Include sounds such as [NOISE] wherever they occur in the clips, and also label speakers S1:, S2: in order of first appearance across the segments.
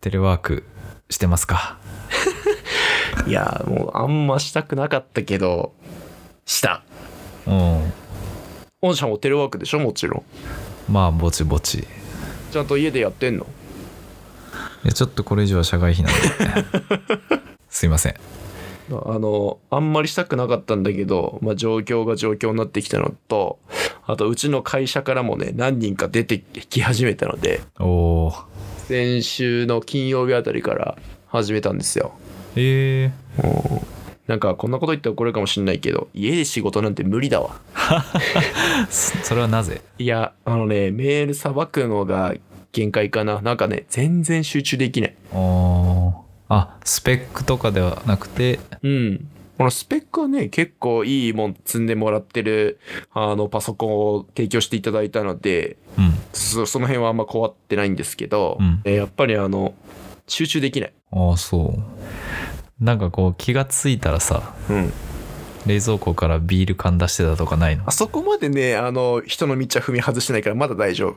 S1: テレワークしてますか
S2: いやーもうあんましたくなかったけどした
S1: うん
S2: 御社もテレワークでしょもちろん
S1: まあぼちぼちい
S2: ちゃんと家でやってんの
S1: やちょっとこれ以上は社外費なんで [LAUGHS] すいません
S2: あのあんまりしたくなかったんだけど、まあ、状況が状況になってきたのとあとうちの会社からもね何人か出てき始めたので
S1: おお
S2: 先週の金曜日あたりから始めたんですよ
S1: ええ
S2: なんかこんなこと言ったら怒るかもしんないけど家で仕事なんて無理だわ
S1: そそれはなぜ
S2: いやあのねメールさばくのが限界かななんかね全然集中できない
S1: おーあスペックとかではなくて
S2: うん。このスペックはね、結構いいもん積んでもらってる、あの、パソコンを提供していただいたので、
S1: うん
S2: そその辺はあんま変わってないんですけど、
S1: うん
S2: えーやっぱりあの、集中できない。
S1: ああそうなんかこう気がついたらさ
S2: うん。
S1: 冷蔵庫からビール缶出してたとかないの
S2: あそこまでね、あの、人の道は踏み外してないからまだ大丈夫。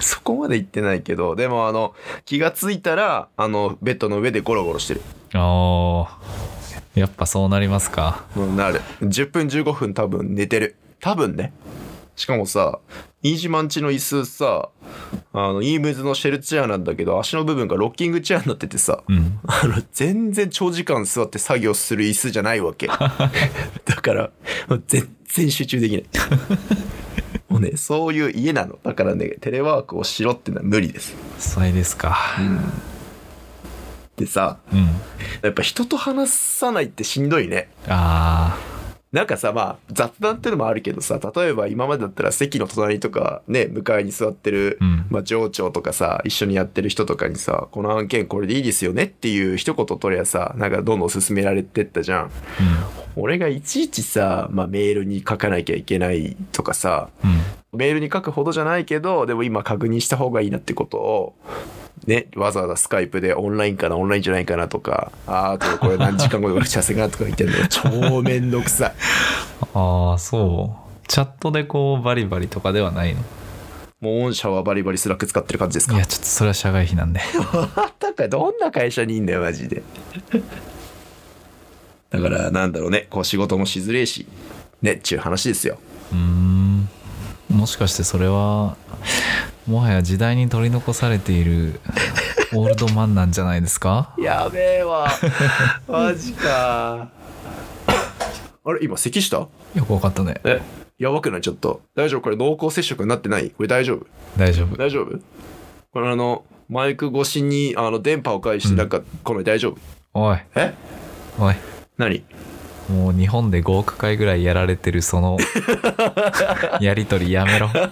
S2: そこまで行ってないけど、でもあの、気がついたら、あの、ベッドの上でゴロゴロしてる。
S1: あーやっぱそうなりますか
S2: うん、なる。10分15分多分寝てる。多分ね。しかもさ、飯島んちの椅子さ、あの、イームズのシェルチェアなんだけど、足の部分がロッキングチェアになっててさ、
S1: うん
S2: あの、全然長時間座って作業する椅子じゃないわけ。だから、もう全然集中できない。もうね、そういう家なの。だからね、テレワークをしろってのは無理です。
S1: それですか
S2: でさ、
S1: うん、
S2: やっぱ人と話さないってしんどいね。
S1: あ
S2: なんかさ、まあ、雑談ってのもあるけどさ、例えば今までだったら席の隣とか、ね、向かいに座ってる、
S1: うん
S2: まあ、上長とかさ、一緒にやってる人とかにさ、この案件これでいいですよねっていう一言取りゃさ、なんかどんどん進められてったじゃん。
S1: あ
S2: 俺がいちいちさ、まあ、メールに書かなきゃいけないとかさ、
S1: うんうん
S2: メールに書くほどじゃないけど、でも今確認した方がいいなってことを、ね、わざわざスカイプでオンラインかな、オンラインじゃないかなとか、あーあとこれ何時間後に打ち合わせかなとか言ってんのよ。超めんどくさい。
S1: ああそうチャットでこうバリバリとかではないの
S2: もう御社はバリバリスラック使ってる感じです
S1: い
S2: か
S1: やちょっとそれは社外費なんで
S2: [LAUGHS] あったかいどんな会社にいんだよマジで [LAUGHS] だからなんだろうねこう仕事もしづれえしねっちゅう話ですよ
S1: うーんもしかしてそれはもはや時代に取り残されているオールドマンなんじゃないですか
S2: やべえ [LAUGHS] わマジかあれ今咳した
S1: よくわかったね
S2: えやばくないちょっと大丈夫これ濃厚接触になってないこれ大丈夫
S1: 大丈夫
S2: 大丈夫これあのマイク越しにあの電波を介してなんか、この大丈夫
S1: おい
S2: え
S1: おい
S2: 何
S1: もう日本で5億回ぐらいやられてるそ [LAUGHS] のやり取りやめろ
S2: や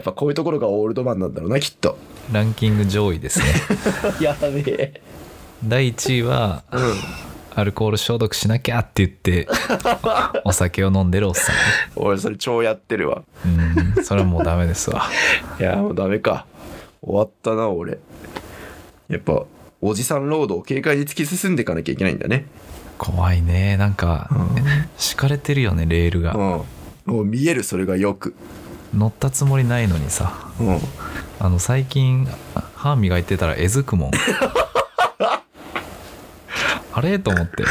S2: っぱこういうところがオールドマンなんだろうなきっと
S1: ランキング上位ですね
S2: [LAUGHS] やべえ
S1: 第1位は
S2: うん
S1: アルコール消毒しなきゃって言ってお酒を飲んでるおっさ
S2: 俺それ超やってるわ
S1: んうんそれはもうダメですわ
S2: いやもうダメか終わったな俺やっぱおじさんロードを軽快に突き進んでいかなきゃいけないんだね
S1: 怖いねなんか
S2: うん
S1: 敷かれてるよねレール
S2: うん
S1: が
S2: もう見えるそれがよく
S1: 乗ったつもりないのにさ
S2: うん
S1: あの最近あ歯磨いてたらえずく
S2: [LAUGHS]
S1: もんあれと思って
S2: い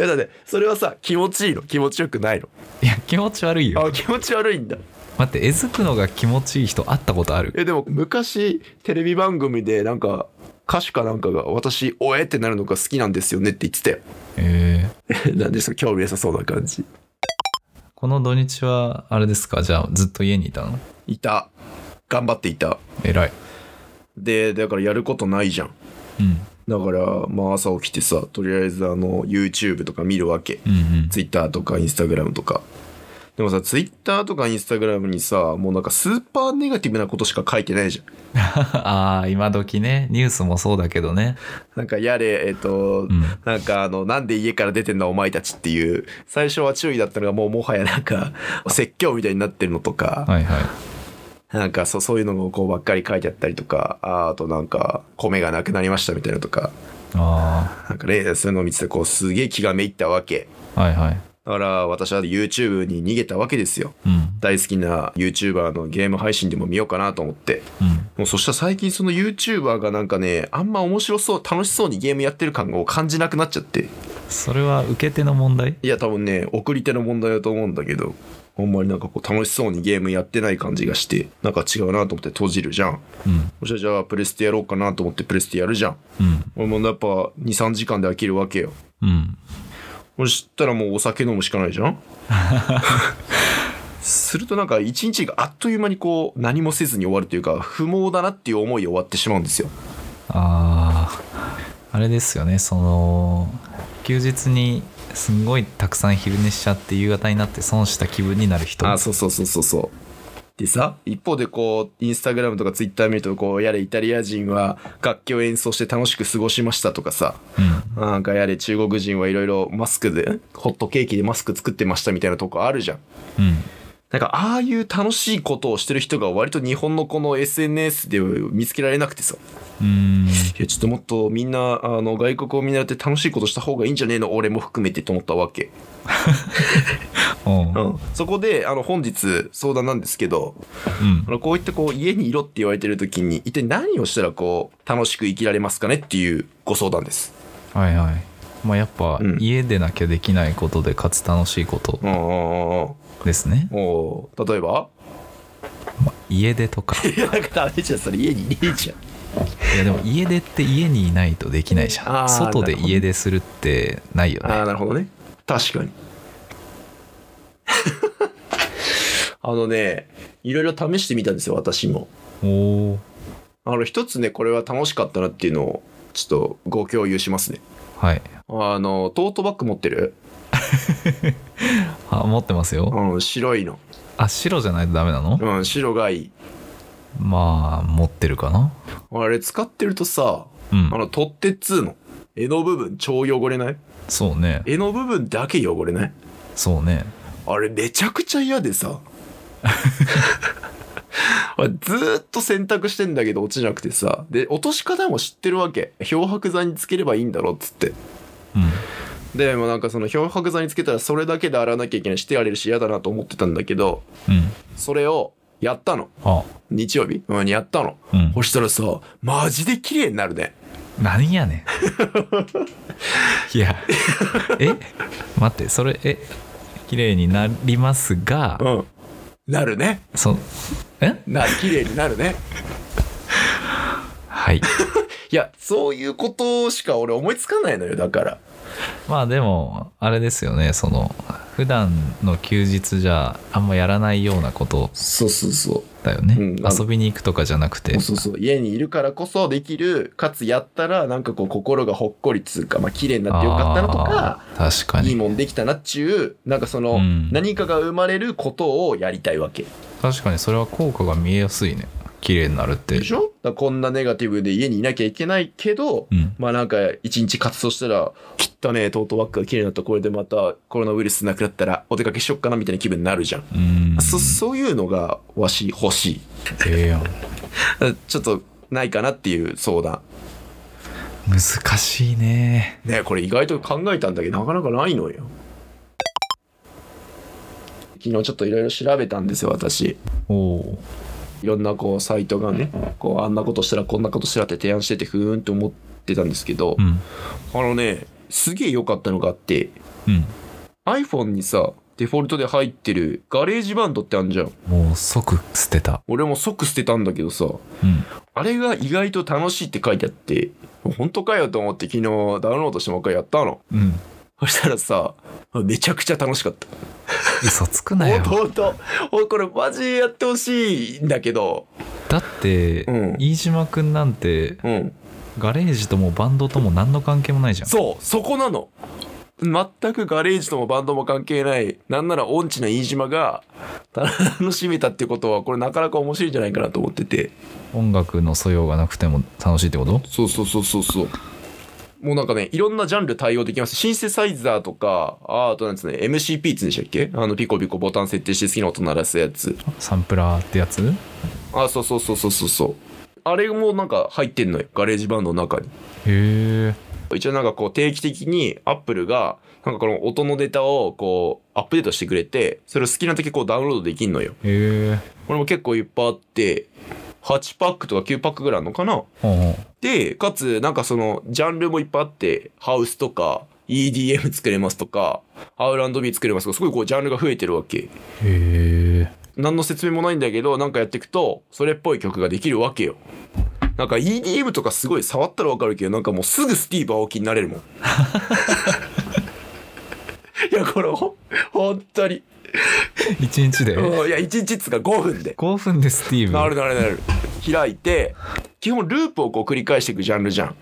S2: やだってそれはさ気持ちいいの気持ちよくないの
S1: いや気持ち悪いよ
S2: あ気持ち悪いんだ
S1: 待ってえずくのが気持ちいい人会ったことある
S2: えでも昔テレビ番組でなんか歌手かなんかが私「おえ!」ってなるのが好きなんですよねって言ってた [LAUGHS] よ
S1: えー
S2: なんでその興味なさそうな感じ
S1: この土日はあれですかじゃあずっと家にいたの
S2: いた頑張っていた
S1: 偉い
S2: でだからやることないじゃん
S1: うん
S2: だから、まあ朝起きてさ、とりあえずあの、YouTube とか見るわけ。
S1: うんうん、 [LAUGHS]
S2: Twitter とか Instagram とか。でもさ、Twitter とか Instagram にさ、もうなんかスーパーネガティブなことしか書いてないじゃん。
S1: ああ今時ねニュースもそうだけどね
S2: なんかやれ、えっ、と、
S1: ん
S2: なんかあの、なんで家から出てんだお前たちっていう、最初は注意だったのがもうもはやなんか、説教みたいになってるのとか、
S1: はいはい
S2: なんかそうそういうのをこうばっかり書いてあったりとか、ああとなんか、米がなくなりましたみたいなのとか、
S1: あ
S2: なんかね、そういうのを見ててこうすげえ気がめいったわけ。
S1: あはいはい
S2: だから私は YouTube に逃げたわけですよ。
S1: うん
S2: 大好きな YouTuber のゲーム配信でも見ようかなと思って。
S1: うん
S2: もうそしたら最近その YouTuber がなんかね、あんま面白そう、楽しそうにゲームやってる感を感じなくなっちゃって。
S1: それは受け手の問題
S2: いや多分ね、送り手の問題だと思うんだけど、ほんまになんかこう楽しそうにゲームやってない感じがして、なんか違うなと思って閉じるじゃん。
S1: うん
S2: そしたらじゃあプレステやろうかなと思ってプレステやるじゃん。
S1: うん
S2: 俺もやっぱ2、3時間で飽きるわけよ。
S1: うん
S2: そしたらもうお酒飲むしかないじゃ [LAUGHS] んするとなんか一日があっという間にこう何もせずに終わるというか不毛だなっていう思いで終わってしまうんですよ。
S1: あああれですよねその休日にすんごいたくさん昼寝しちゃって夕方になって損した気分になる人
S2: あそうそうそうそうそう。でさ一方でこうインスタグラムとかツイッター見るとこうやれイタリア人は楽器を演奏して楽しく過ごしましたとかさ
S1: うん
S2: なんかやれ中国人はいろいろマスクでホットケーキでマスク作ってましたみたいなとこあるじゃん。
S1: うん
S2: なんかああいう楽しいことをしてる人が割と日本のこの SNS で見つけられなくてさ。
S1: うん
S2: いや、ちょっともっとみんな、あの、外国を見習って楽しいことした方がいいんじゃねえの俺も含めてと思ったわけ。
S1: お
S2: う。
S1: うん
S2: そこで、あの、本日相談なんですけど、
S1: うん
S2: あのこういったこう、家にいろって言われてる時に、一体何をしたらこう、楽しく生きられますかねっていうご相談です。
S1: はいはいまあやっぱ
S2: うん
S1: 家でなきゃできないことでかつ楽しいこと
S2: うんうんうんうん。
S1: ですね、
S2: おー例えば
S1: 家出とか
S2: [LAUGHS] いや、なんかダメじゃん、それ家にいねえじゃん。
S1: いやでも家出って家にいないとできないじゃ
S2: あー
S1: ん外で
S2: なるほど
S1: 家出するってないよ
S2: あ
S1: ね
S2: あ、なるほどね。確かに。 [LAUGHS] あのね、いろいろ試してみたんですよ、私も。
S1: おお
S2: あの、一つね、これは楽しかったなっていうのを、ちょっとご共有しますね。
S1: ーはい
S2: あの、トートバッグ持ってる
S1: あ持ってますよ
S2: うん、白いの。
S1: あ白じゃないとダメなの
S2: うん、白がいい。
S1: まあ持ってるかな
S2: あれ使ってるとさ、
S1: うん
S2: あの、取っ手っつうの。柄の部分超汚れない
S1: そうね
S2: 柄の部分だけ汚れない
S1: そうね
S2: あれめちゃくちゃ嫌
S1: [LAUGHS]
S2: でさ。あれずーっと洗濯してんだけど落ちなくてさ。で、落とし方も知ってるわけ。漂白剤につければいいんだろっつって。
S1: うん
S2: でもうなんかその漂白剤につけたらそれだけで洗わなきゃいけないしてられるし嫌だなと思ってたんだけど
S1: うん
S2: それをやったの
S1: あ
S2: 日曜日うんやったの、
S1: うん
S2: そしたらさマジで綺麗になるね
S1: 何やね
S2: [LAUGHS]
S1: んいやえ待ってそれえ綺麗になりますが
S2: うんなるね
S1: そえ
S2: な綺麗になるね
S1: はい
S2: いやそういうことしか俺思いつかないのよだから
S1: まあでもあれですよねその普段の休日じゃあんまやらないようなこと
S2: そうそうそ
S1: だよね、
S2: うん
S1: 遊びに行くとかじゃなくて
S2: うそうそう家にいるからこそできるかつやったらなんかこう心がほっこりつうかまあ綺麗になってよかったなとか
S1: あー確か
S2: いい
S1: に
S2: もんできたなっちゅうなんかその、
S1: うん
S2: 何かが生まれることをやりたいわけ
S1: 確かにそれは効果が見えやすいね綺麗になるって
S2: でしょだからこんなネガティブで家にいなきゃいけないけど、
S1: うん
S2: まあなんか一日活動したら、きったねえトートバッグが綺麗になった、これでまたコロナウイルスなくなったらお出かけしよっかなみたいな気分になるじゃん。
S1: うん
S2: そ、そういうのがわし欲しい。
S1: ええやん
S2: だちょっとないかなっていう相談。
S1: 難しいね
S2: ねこれ意外と考えたんだけど、なかなかないのよ。昨日ちょっといろいろ調べたんですよ、私。
S1: おお
S2: いろんなこうサイトがね、こうあんなことしたらこんなことしたらって提案しててふーんって思ってたんですけど、
S1: うん
S2: あのね、すげえ良かったのがあって、
S1: うん
S2: iPhone にさ、デフォルトで入ってるガレージバンドってあるじゃん。
S1: もう即捨てた
S2: 俺も即捨てたんだけどさ、
S1: うん
S2: あれが意外と楽しいって書いてあって、本当かよと思って昨日ダウンロードしてもう一回やったの。
S1: うん
S2: そしたらさ、めちゃくちゃ楽しかった。
S1: 嘘つくな
S2: ほん
S1: よ
S2: とほんと。おいこれマジやってほしいんだけど。
S1: だって、
S2: うん
S1: 飯島くんなんて
S2: うん。
S1: ガレージともバンドとも何の関係もないじゃん
S2: そう、そこなの。全くガレージともバンドも関係ない、なんなら音痴な飯島が楽しめたってことは、これなかなか面白いんじゃないかなと思ってて。
S1: 音楽の素養がなくても楽しいってこと
S2: そうそうそうそうそう。もうなんかね、いろんなジャンル対応できます。シンセサイザーとか、ああとなんですね、MCP って言うんでしたっけあの、ピコピコボタン設定して好きな音鳴らすやつ。
S1: サンプラーってやつ
S2: ああ、そうそうそうそうそうそう。あれもなんか入ってんのよ、ガレージバンドの中に。
S1: へえ
S2: 一応なんかこう定期的に Apple がなんかこの音のデータをこうアップデートしてくれて、それを好きな時こうダウンロードできんのよ。
S1: へえ
S2: これも結構いっぱいあって、8パックとか9パックぐらいあるのかな
S1: ほうほう
S2: で、かつ、なんかその、ジャンルもいっぱいあって、ハウスとか、EDM 作れますとか、R&B 作れますとか、すごいこう、ジャンルが増えてるわけ。
S1: へえ
S2: 何の説明もないんだけど、なんかやっていくと、それっぽい曲ができるわけよ。なんか EDM とかすごい触ったらわかるけど、なんかもうすぐスティーブ・アオキになれるもん。いや、これほ、本当に。
S1: 1日で
S2: うんいや、1日っつうか5分で。
S1: 5分でスティーブ
S2: なるなるなる。開いて、基本ループをこう繰り返していくジャンルじゃん。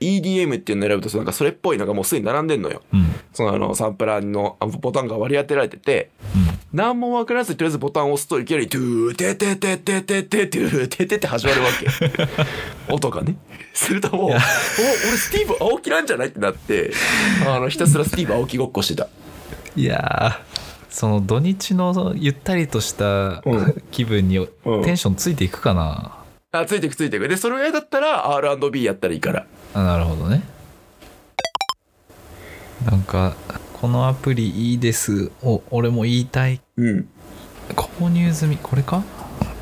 S2: EDM っていうのを選ぶと、なんかそれっぽいのがもうすでに並んでんのよ。
S1: うんうん
S2: そのあの、サンプラーのあボタンが割り当てられてて、何も分からず、とりあえずボタンを押すといきなり、トゥー、テテテテテテテゥー、テテって始まるわけ。音がね。するともう、お、俺スティーブ・青木なんじゃないってなって、あの、ひたすらスティーブ・青木ごっこしてた。
S1: いやーその土日のそのゆったりとした
S2: うん
S1: 気分に
S2: ん
S1: テンションついていくかな、
S2: あ、ついてくついてく。で、それぐらいだったら R&B やったらいいから。
S1: あなるほどねなんかこのアプリいいですを俺も言いたい
S2: うん。
S1: 購入済みこれか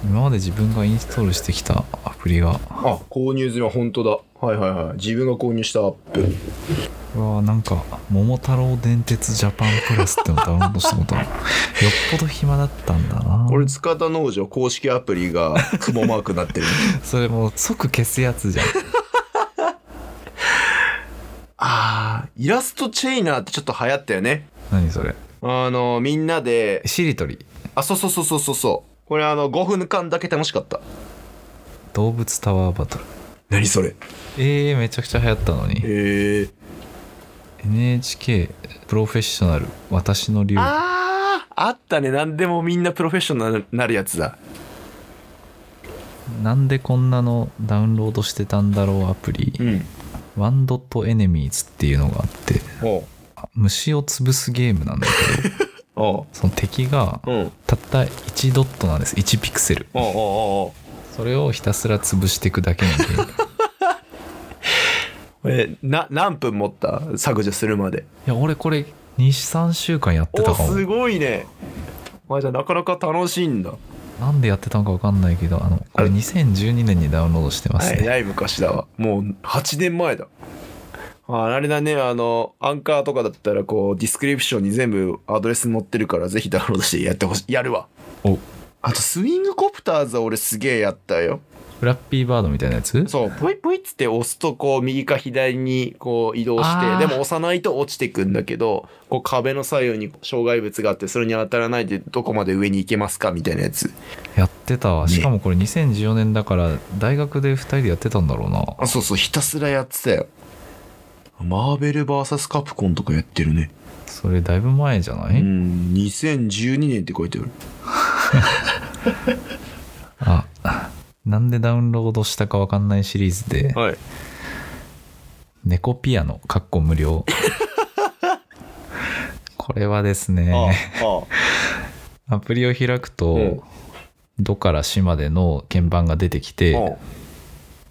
S1: 今まで自分がインストールしてきたアプリが
S2: あ、購入済みは本当だ。はいはいはい。自分が購入したアップ。
S1: うわーなんか「桃太郎電鉄ジャパンプラス」ってのダウンロードしたことある [LAUGHS] よっぽど暇だったんだな
S2: 俺、塚田農場公式アプリが雲マークになってる。
S1: それもう即消すやつじゃん
S2: ああ、イラストチェイナーってちょっと流行ったよね。
S1: 何それ
S2: あの、みんなで、
S1: しりとり
S2: あ、そうそうそうそうそうそう。これあの、5分間だけ楽しかった。
S1: 動物タワーバトル
S2: 何それ
S1: えー、めちゃくちゃ流行ったのに
S2: へえ。
S1: NHK プロフェッショナル私の流儀
S2: ああ、あったね。何でもみんなプロフェッショナルになるやつだ。
S1: なんでこんなのダウンロードしてたんだろうアプリ
S2: ん。
S1: ワンドットエネミーズっていうのがあって
S2: おう。
S1: 虫を潰すゲームなんだけど
S2: おう。
S1: その敵が
S2: うん。おう
S1: たった1ドットなんです1ピクセル
S2: おうおうおう
S1: それをひたすら潰していくだけのゲーム
S2: [LAUGHS]
S1: い
S2: これ、な、何分持った削除するまで。
S1: や俺これ23週間やってた
S2: お
S1: かも
S2: すごいねまあじゃあなかなか楽しいんだ
S1: なんでやってたのか分かんないけどあのこれ
S2: あれ
S1: 2012年にダウンロードしてます
S2: はい
S1: ね、
S2: ない昔だわもう8年前だああれだねあのアンカーとかだったらこうディスクリプションに全部アドレス載ってるからぜひダウンロードしてやってほしいやるわ
S1: お
S2: あとスイングコプターズは俺すげえやったよ
S1: フラッピーバードみたいなやつ
S2: そうプイプイっつって押すとこう右か左にこう移動し
S1: あー
S2: てでも押さないと落ちてくんだけどこう壁の左右に障害物があってそれに当たらないでどこまで上に行けますかみたいなやつ
S1: やってたわ
S2: ね
S1: しかもこれ2014年だから大学で2人でやってたんだろうな
S2: あ、そうそう、ひたすらやってたよ。マーベル VS カプコンとかやってるね。
S1: それだいぶ前じゃな
S2: う
S1: い、
S2: ん、2012年って書いてある。
S1: あなんでダウンロードしたか分かんないシリーズで
S2: はい。
S1: 「猫ピアノ」かっこ無
S2: [LAUGHS]
S1: 料これはですね
S2: あ、
S1: アプリを開くと、
S2: うん
S1: ドからシまでの鍵盤が出てきて、
S2: あ、あ、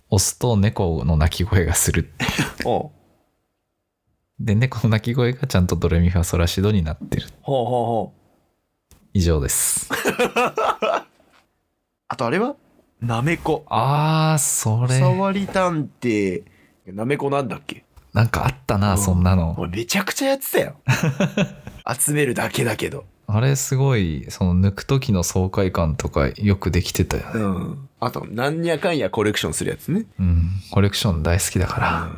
S1: 押すと猫の鳴き声がする。
S2: あ、
S1: で、猫の鳴き声がちゃんとドレミファソラシドになってる。
S2: ほうほうほう。
S1: 以上です。
S2: あとあれはなめこ。
S1: あー、それ、
S2: 触り探偵。なめこなんだっけ
S1: なんかあったな、
S2: うん
S1: そんなの。
S2: 俺めちゃくちゃやってたよ。 [LAUGHS] 集めるだけだけど。
S1: あれすごい、その抜く時の爽快感とかよくできてたよね。
S2: うん。あと、なんやかんやコレクションするやつね。
S1: うん、コレクション大好きだから。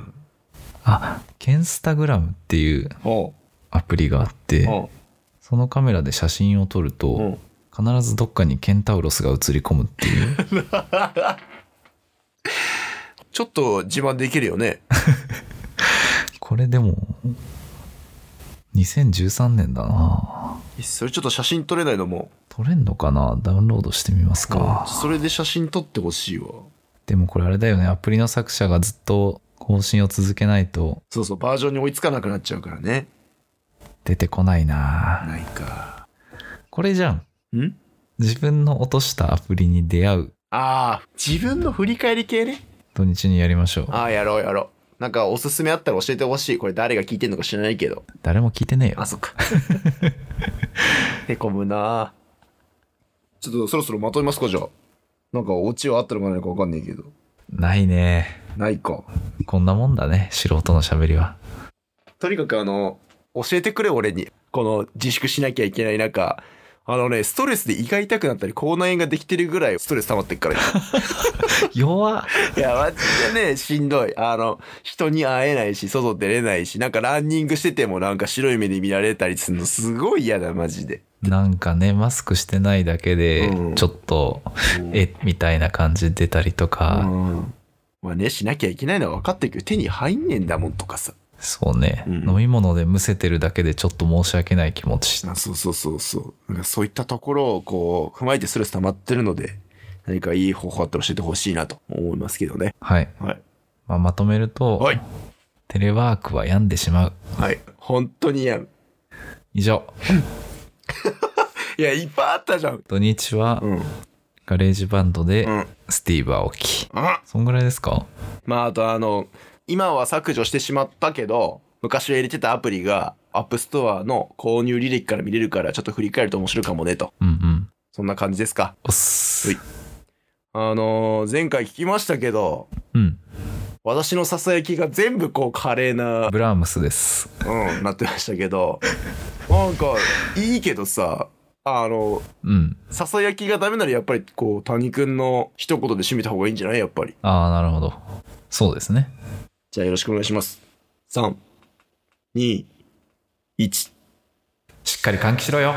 S1: あ、ケンスタグラムっていう
S2: お
S1: アプリがあって、
S2: お
S1: そのカメラで写真を撮ると、
S2: うん。
S1: 必ずどっかにケンタウロスが映り込むっていう
S2: ちょっと自慢できるよね。
S1: これでも2013年だな
S2: それちょっと写真撮れないのも
S1: 撮れんのかなダウンロードしてみますか、
S2: それで写真撮ってほしいわ
S1: でもこれあれだよねアプリの作者がずっと更新を続けないと
S2: そうそうバージョンに追いつかなくなっちゃうからね
S1: 出てこないな
S2: ないか
S1: これじゃん
S2: ん
S1: 自分の落としたアプリに出会う
S2: ああ自分の振り返り系ね
S1: 土日にやりましょう
S2: ああやろうやろなんかおすすめあったら教えてほしい。これ誰が聞いてんのか知らないけど。
S1: 誰も聞いてねえよ
S2: あ、そっ [LAUGHS] か。へこむなちょっとそろそろまとめますか、じゃあ。なんかオチはあったのかないかわかんないけど。
S1: ないね
S2: ないか。
S1: こんなもんだね素人のしゃべりは
S2: とにかくあの、教えてくれ、俺に。この自粛しなきゃいけない中。あのね、ストレスで胃が痛くなったり、口内炎ができてるぐらいストレス溜まってっ [LAUGHS] から。
S1: 弱っ
S2: いや、マジでね、しんどい。あの、人に会えないし、外出れないし、なんかランニングしててもなんか白い目で見られたりするのすごい嫌だ、マジで。
S1: なんかねマスクしてないだけで
S2: うん
S1: ちょっと、えみたいな感じ出たりと
S2: う
S1: か、
S2: ん。まあね、しなきゃいけないのは分かってるけど、手に入んねえんだもんとかさ。
S1: そうね、
S2: うん
S1: 飲み物でむせてるだけでちょっと申し訳ない気持ち
S2: あそうそうそうそう。なんかそういったところをこう、踏まえてストレス溜まってるので、何かいい方法あったら教えてほしいなと思いますけどね。
S1: はい、
S2: はい。
S1: まあ、まとめると、
S2: はい。
S1: テレワークは病んでしまう
S2: はい。本当に嫌。い
S1: 以上
S2: や、いっぱいあったじゃん。
S1: 土日は
S2: うん。
S1: ガレージバンドで
S2: うん。
S1: スティーブ・アオキ
S2: あ
S1: そんぐらいですか
S2: まああとあの今は削除してしまったけど昔は入れてたアプリがアップストアの購入履歴から見れるからちょっと振り返ると面白いかもねと
S1: うんうん
S2: そんな感じですか
S1: おっす、
S2: はいあのー前回聞きましたけど
S1: うん
S2: 私のささやきが全部こう華麗な、
S1: ブラームスです
S2: うん、なってましたけどなんかいいけどさあの
S1: うん
S2: ささやきがダメならやっぱりこう谷くんの一言で締めた方がいいんじゃないやっぱり
S1: ああなるほどそうですね
S2: じゃあよろしくお願いします321
S1: しっかり換気しろよ